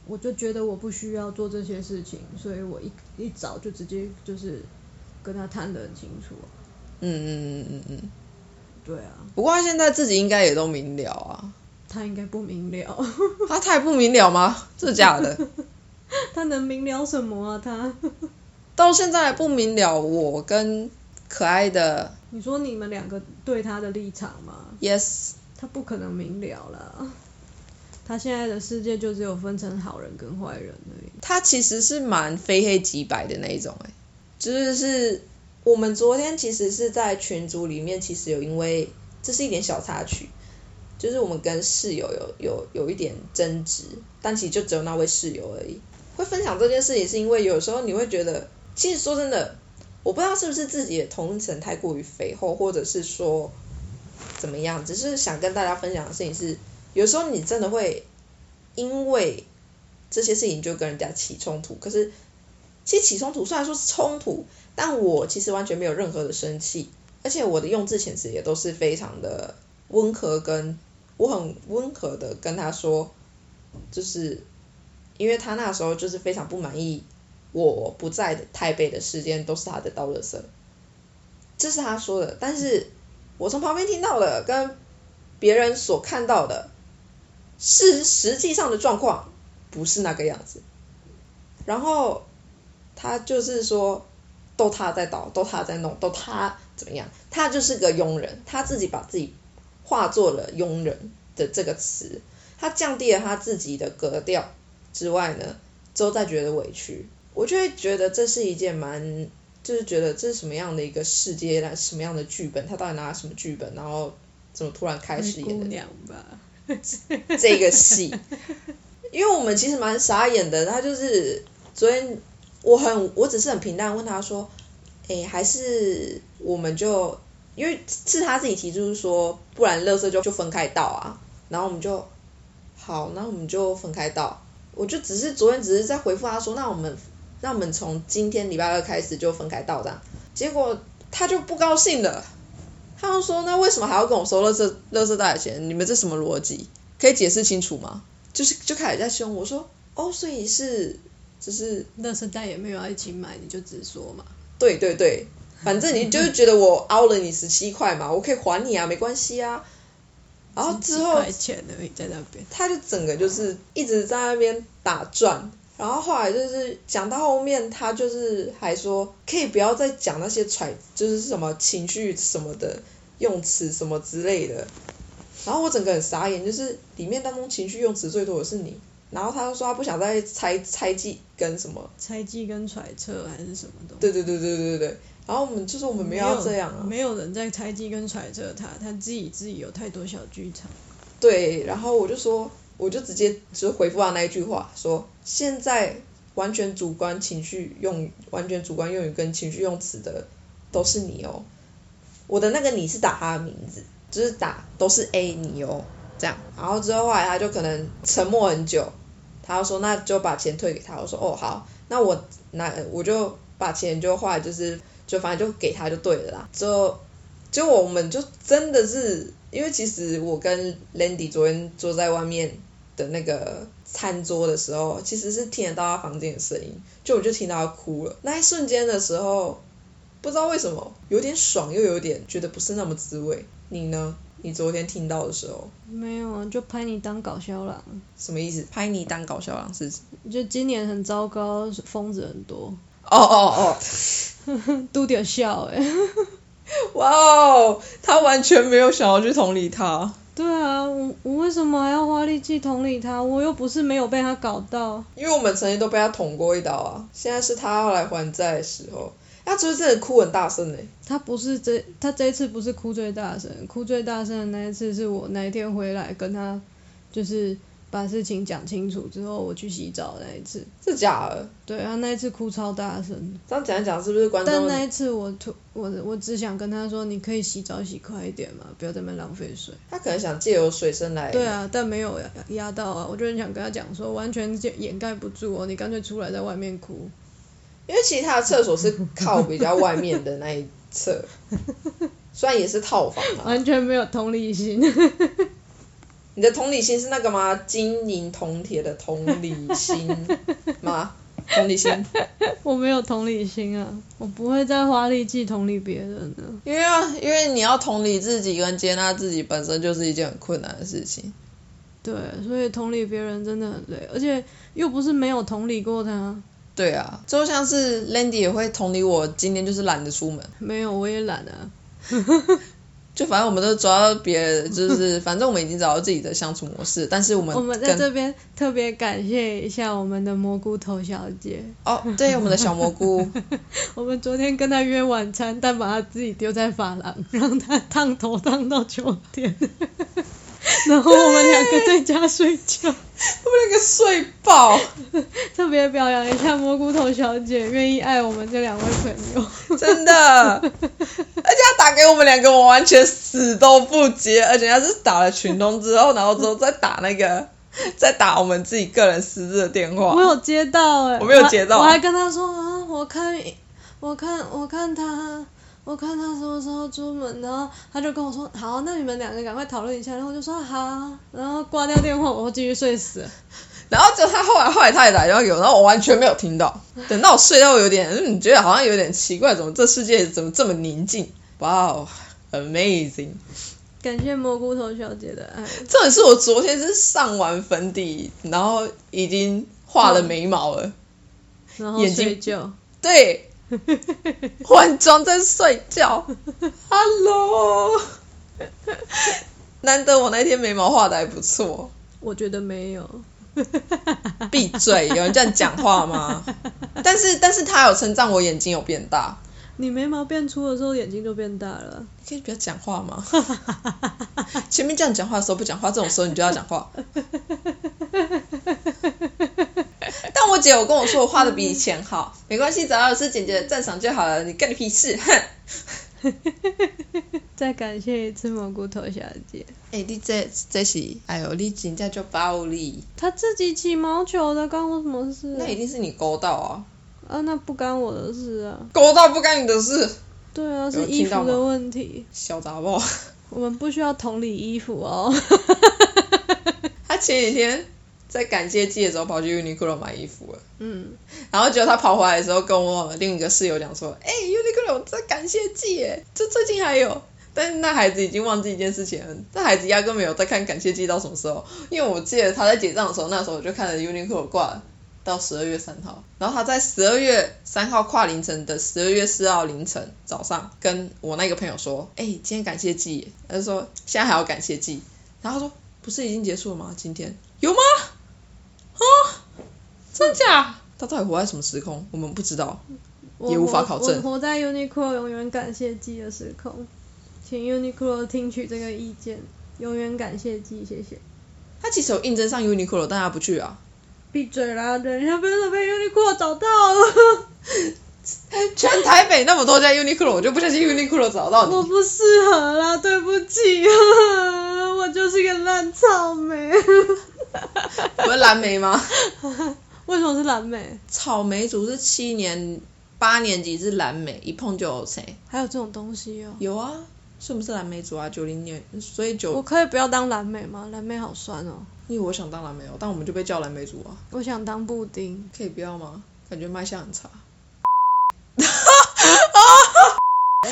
我就觉得我不需要做这些事情，所以我一一早就直接就是跟他谈得很清楚啊、
嗯嗯嗯嗯嗯。
对啊，
不过他现在自己应该也都明了啊，
他应该不明了，
他太不明了吗？真的假的？
他能明了什么啊？他，
到现在还不明了，我跟可爱的
你说你们两个对他的立场吗？
Yes
他不可能明了了。他现在的世界就只有分成好人跟坏人而已。
他其实是蛮非黑即白的那一种、欸，哎，就是是我们昨天其实是在群组里面，其实有因为这是一点小插曲，就是我们跟室友有有有一点争执，但其实就只有那位室友而已。会分享这件事也是因为有时候你会觉得，其实说真的，我不知道是不是自己的同层太过于肥厚，或者是说怎么样，只是想跟大家分享的事情是，有时候你真的会因为这些事情就跟人家起冲突。可是，其实起冲突虽然说是冲突，但我其实完全没有任何的生气，而且我的用字遣词也都是非常的温和跟，我很温和的跟他说，就是因为他那时候就是非常不满意我不在台北的时间都是他在倒垃圾，这是他说的，但是我从旁边听到的跟别人所看到的是实际上的状况。不是那个样子。然后他就是说，都他在倒，都他在弄，都他怎么样？他就是个佣人，他自己把自己化作了佣人的这个词，他降低了他自己的格调之外呢，之后再觉得委屈，我就会觉得这是一件蛮，就是觉得这是什么样的一个世界，什么样的剧本，他到底拿了什么剧本，然后怎么突然开始
灰姑
演的
娘吧，
这个戏，因为我们其实蛮傻眼的。他就是昨天，我很我只是很平淡地问他说，诶，还是我们就因为是他自己提出说，不然垃圾就就分开倒啊。然后我们就好，那我们就分开倒。我就只是昨天只是在回复他说，那我们那我们从今天礼拜二开始就分开倒这样。结果他就不高兴了。他就说：“那为什么还要跟我收垃圾垃圾袋的钱？你们这什么逻辑？可以解释清楚吗？”就是就开始在凶我说：“哦，所以是就是
乐色袋也没有要一起买，你就直说嘛。
对对对，反正你就是觉得我凹了你十七块嘛，我可以还你啊，没关系啊。”然后哦之后
十几块钱而已在那边，
他就整个就是一直在那边打转，然后后来就是讲到后面，他就是还说可以不要再讲那些揣，就是什么情绪什么的用词什么之类的。然后我整个很傻眼，就是里面当中情绪用词最多的是你，然后他就说他不想再猜猜忌跟什么，
猜忌跟揣测还是什么东西。
对对对对对对对。然后我们就说我们没有要这样啊，
没有人在猜忌跟揣测他，他自己自己有太多小剧场。
对，然后我就说，我就直接只回复他那一句话，说现在完全主观情绪用完全主观用语跟情绪用词的都是你哦，我的那个你是打他的名字，就是打都是 A 你哦，这样，然后之后后来他就可能沉默很久，他就说那就把钱退给他，我说哦好，那我那我就把钱就后来就是就反正就给他就对了啦，之后结果我们就真的是，因为其实我跟 Landy 昨天坐在外面的那个餐桌的时候，其实是听得到他房间的声音，就我就听到他哭了。那一瞬间的时候，不知道为什么有点爽，又有点觉得不是那么滋味。你呢？你昨天听到的时候
没有啊，就拍你当搞笑郎。
什么意思？拍你当搞笑郎是？
就今年很糟糕，疯子很多，
哦哦
都点笑哎、
哦， 哇哦！他完全没有想要去同理他，
对啊，我我为什么还要花力气同理他？我又不是没有被他搞到。
因为我们曾经都被他捅过一刀啊。现在是他要来还债的时候，哎他昨天真的哭很大声呢、
他不是这，他这一次不是哭最大声，哭最大声的那一次是我那一天回来跟他，就是把事情讲清楚之后，我去洗澡那一次。
是假的？
对他那一次哭超大声，
这样讲一讲，是不是观
但
众？
那一次我突我我只想跟他说，你可以洗澡洗快一点嘛，不要在那边浪费水。
他可能想借由水声来
对啊，但没有压压到啊，我就很想跟他讲说，完全掩掩盖不住哦，你干脆出来在外面哭。
因为其实他的厕所是靠比较外面的那一 侧，虽然也是套房啊，
完全没有同理心。
你的同理心是那个吗？金银铜铁的同理心 吗？同理心，
我没有同理心啊，我不会再花力气同理别人啊了。
因为要因为你要同理自己跟接纳自己，本身就是一件很困难的事情。
对，所以同理别人真的很累，而且又不是没有同理过他。
对啊，就像是 Landy 也会同理我，今天就是懒得出门。
没有，我也懒啊。
就反正我们都抓到别人， 就是反正我们已经找到自己的相处模式，但是我们
我们在
跟
这边特别感谢一下我们的蘑菇头小姐，
哦，对我们的小蘑 菇，
我们昨天跟她约晚餐，但把她自己丢在发廊，让她烫头烫到九点， 然后我们两个在家睡觉。
我们两个睡爆，
特别表扬一下蘑菇头小姐，愿意爱我们这两位朋友。
真 的，而且他打给我们两个，我完全死都不接，而且他是打了群通之后，然后之后再打那个，再打我们自己个人私自的电话
我，有接到哎、
我没有接到
我还我还跟她说啊，我看，我看，我看她，我看她什么时候出门，然后她就跟我说，好，那你们两个赶快讨论一下，然后我就说好，啊然后挂掉电话，我继续睡死了。
然后就他后来后来他也打电话给我，然后我完全没有听到，等到我睡到有点，嗯，觉得好像有点奇怪，怎么这世界怎么这么宁静？哇哦，amazing！
感谢蘑菇头小姐的爱，
重点是我昨天是上完粉底，然后已经画了眉毛了，
然后
眼睛
睡觉。
对，换装在睡觉。Hello，难得我那天眉毛画的还不错。
我觉得没有，
闭嘴，有人这样讲话 吗？但是但是他有称赞我眼睛有变大，
你眉毛变粗的时候眼睛就变大了。
你可以不要讲话吗？ 前面这样讲话的时候不讲话，这种时候你就要讲话。 但我姐有跟我说，我画的比以前好，没关系，只要是姐姐的赞赏就好了，你干你屁 事！哼。
再感谢一次蘑菇头小姐。
哎、你这这是，哎呦，你真正就暴力，
他自己起毛球的，关我什么事？
那一定是你勾到啊，
啊，那不干我的事啊。
勾到不干你的事，
对啊，
有
是衣
听到
服的问题，
小杂包。
我们不需要同理衣服哦。
他前几天在感谢季的时候跑去 Uniqlo 买衣服了，
嗯，
然后结果他跑回来的时候跟我另一个室友讲说，哎、u n i q l o 在感谢季耶，这最近还有。但是那孩子已经忘记一件事情了，那孩子压根没有在看感谢季到什么时候，因为我记得他在结账的时候，那时候我就看着 Uniqlo 挂到十二月三号，然后他在十二月三号跨凌晨的十二月四号凌晨早上跟我那个朋友说，哎、今天感谢季耶，他就说现在还有感谢季，然后他说不是已经结束了吗？今天有吗？啊，真假？他到底活在什么时空？我们不知道。
我
也无法
活
考证
我活在 Uniqlo 永远感谢季的时空，请 Uniqlo 听取这个意见，永远感谢季，谢谢。
他其实有应征上 Uniqlo，但他不去啊。
闭嘴啦！等一下被被 Uniqlo 找到，
全台北那么多家 Uniqlo，我就不相信 Uniqlo 找到
我
哦你。
不适合啦，对不起， 我就是个烂草莓。
我们蓝莓吗？
为什么是蓝莓？
草莓族是七年、八年级是蓝莓，一碰就有谁？
还有这种东西哦、
有啊，是不是蓝莓族啊？九零年，所以
我
九，
可以不要当蓝莓吗？蓝莓好酸哦、
因为我想当蓝莓哦，但我们就被叫蓝莓族啊，
我想当布 丁。
可以不要吗？感觉卖相很 差。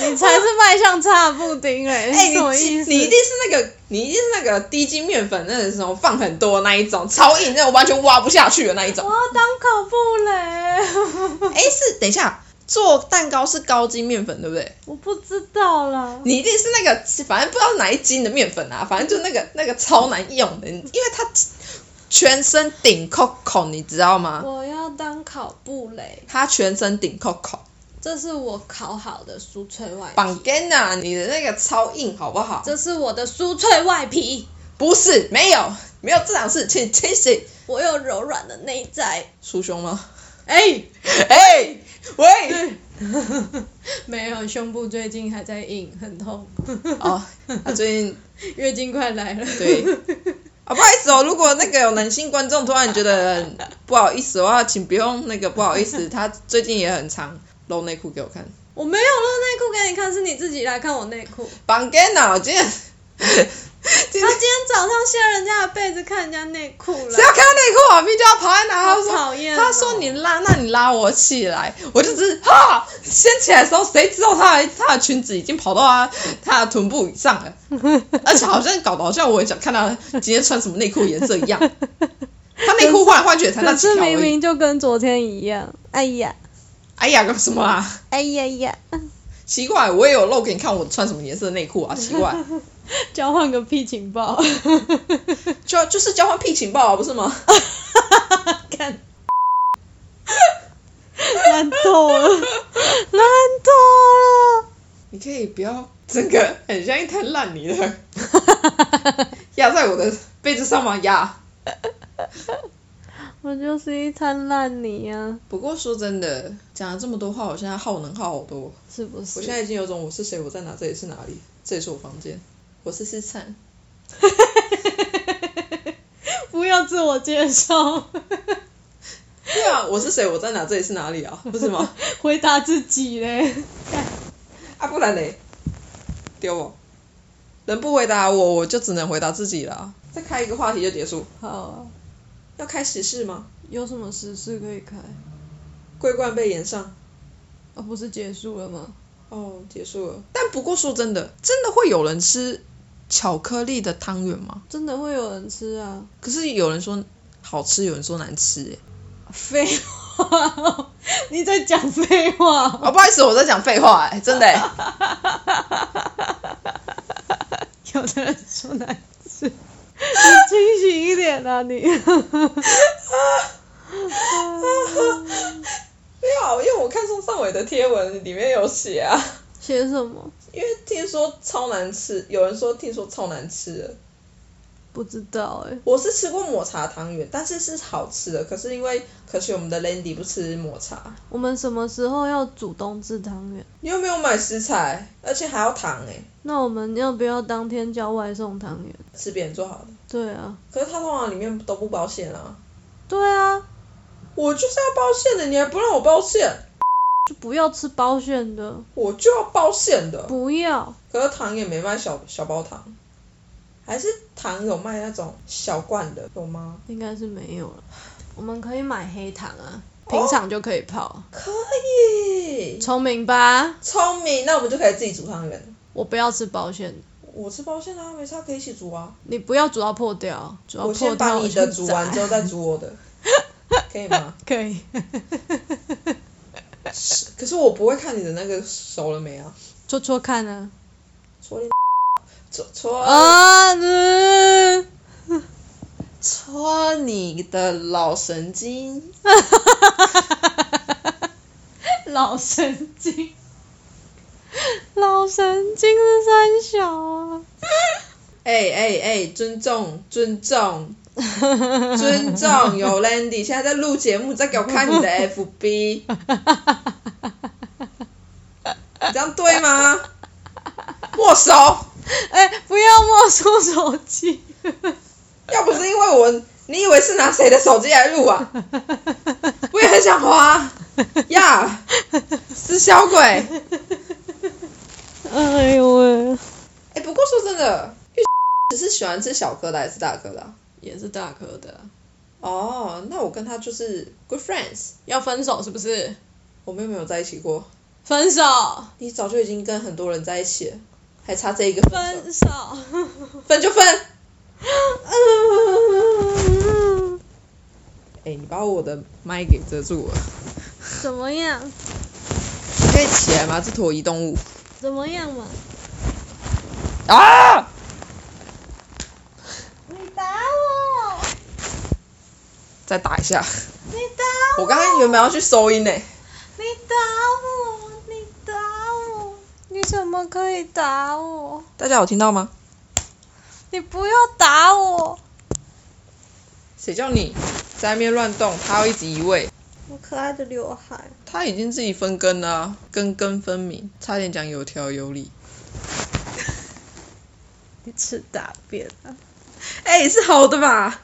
你才是卖相差的布丁嘞、
哎、
你什么意
你
思？
你一定是那个，你一定是那个低筋面粉那种什么放很多的那一种，超硬那种完全挖不下去的那一种
我。要当烤布雷，
哎、是等一下，做蛋糕是高筋面粉对不对？
我不知道啦。
你一定是那个，反正不知道哪一斤的面粉啊，反正就那个那个超难用的，因为它全身顶扣扣，你知道吗？
我要当烤布雷，
它全身顶扣扣，
这是我烤好的酥脆外皮，
绑根啊，你的那个超硬好不好？
这是我的酥脆外皮，
不是，没有没有这种事，请清醒，
我有柔软的内在。
叔兄吗？
哎、
哎、喂。
没有，胸部最近还在硬，很痛，
哦，他最近
月经快来了。
对啊，不好意思哦，如果那个有男性观众突然觉得不好意思的话，请不用那个不好意思，他最近也很常露内裤给我看。
我没有露内裤给你看，是你自己来看我内裤。
绑 g a n 我今天今
他
天
今天早上掀人家的被子，看人家内裤了
谁，要看他内裤啊？明明就要跑在哪？
好
他说
讨厌哦。
他说你拉，那你拉我起来，我就只是哈掀起来的时候，谁知道他的他的裙子已经跑到他他的臀部以上了，而且好像搞得好像我很想看他今天穿什么内裤颜色一样，他内裤换来换去也才那
可
几
是
条而
明
已。
明就跟昨天一样。哎呀，
哎呀，干什么啊？
哎呀呀，
奇怪，我也有露给你看我穿什么颜色的内裤啊？奇怪，
交换个屁情 报。
就就是交换屁情报啊，不是吗？
看
烂透了，烂透了。
你可以不要整个很像一滩烂泥的，压在我的被子上吗？压。
我就是一滩烂泥啊，
不过说真的，讲了这么多话，我现在耗能耗好多。
是不是？
我现在已经有种我是谁，我在哪，这里是哪里，这里是我房间，我是思灿。
不要自我介 绍，
对啊，我是谁，我在哪，这里是哪里啊？不是吗？
回答自己嘞。
啊，不然嘞，丢我！人不回答我，我就只能回答自己啦。再开一个话题就结束，
好啊，
要开时事吗？
有什么时事可以开？
桂冠被延上，
啊，不是结束了吗？
哦，结束了。但不过说真的，真的会有人吃巧克力的汤圆吗？
真的会有人吃啊？
可是有人说好吃，有人说难吃、欸，
废话哦， 你在讲废话哦。
哦，不好意思，我在讲废话、哎，真的、哎
有的人说难吃，你清醒一点啊你。
没有，因为我看宋尚伟的贴文里面有写啊，
写什么？
因为听说超难吃，有人说听说超难吃的。
不知道哎、
我是吃过抹茶汤圆，但是是好吃的，可是因为可惜我们的 Landy 不吃抹茶。
我们什么时候要煮冬至汤圆？
你有没有买食材？而且还要糖哎、
那我们要不要当天叫外送汤圆？
吃别人做好的。
对啊，
可是它通常里面都不包馅啊，
对啊，
我就是要包馅的，你还不让我包馅，
就不要吃包馅的，
我就要包馅的。
不要。
可是糖也没卖小小包糖，还是糖有卖那种小罐的有吗？
应该是没有了。我们可以买黑糖啊，平常就可以泡。
可以，
聪明吧？
聪明，那我们就可以自己煮汤圆了。
我不要吃包馅，
我吃包馅啊，没差，可以一起煮啊。
你不要煮到破掉，煮到
我
破
先
掉
把
我
你
就
的煮完之后
宰
再煮我 的，可以吗？
可以。
可是我不会看你的那个熟了没啊，
戳戳看啊。
戳你戳戳
啊，嗯
戳你的老神经，
老神经，老神经是三小啊。
哎哎哎，尊重尊重尊重， 有 Landy 现在在录节目，你再给我看你的 FB，你这样对吗？没收。
哎、不要没收手机。
要不是因为我，你以为是拿谁的手机来录啊？ 我也很想滑呀，死小鬼！ 哎、
哎呦喂，
不过说真的，只是喜欢吃小颗的还是大颗的啊、
也是大颗的啊，
哦，那我跟他就是 good friends，
要分手是不是？
我们又没有在一起过。
分手，
你早就已经跟很多人在一起了，还差这一个分手
分手，
分就分。
嗯
哎、你把我的麦给遮住了，
怎么样？
可以起来吗？这坨移动物
怎么样嘛？
啊！
你打我！
再打一下，
你打
我刚刚原本要去收音呢、
你打我！你打我！你怎么可以打我？
大家有听到吗？
你不要打我！
谁叫你在那边乱动？它会一直移位，
我可爱的刘海，
它已经自己分根了啊，根根分明，差点讲有条有理。
你吃大便啊！
哎、是好的吧？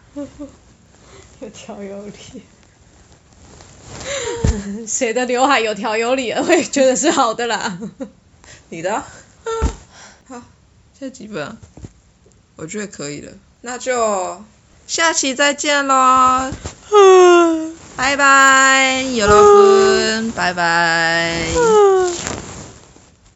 有条有理。 谁的刘海有条有理，啊我也觉得是好的啦。
你的啊、好，现在几分啊？我觉得可以了。那就下期再见喽，拜拜，有了分，拜拜。
嗯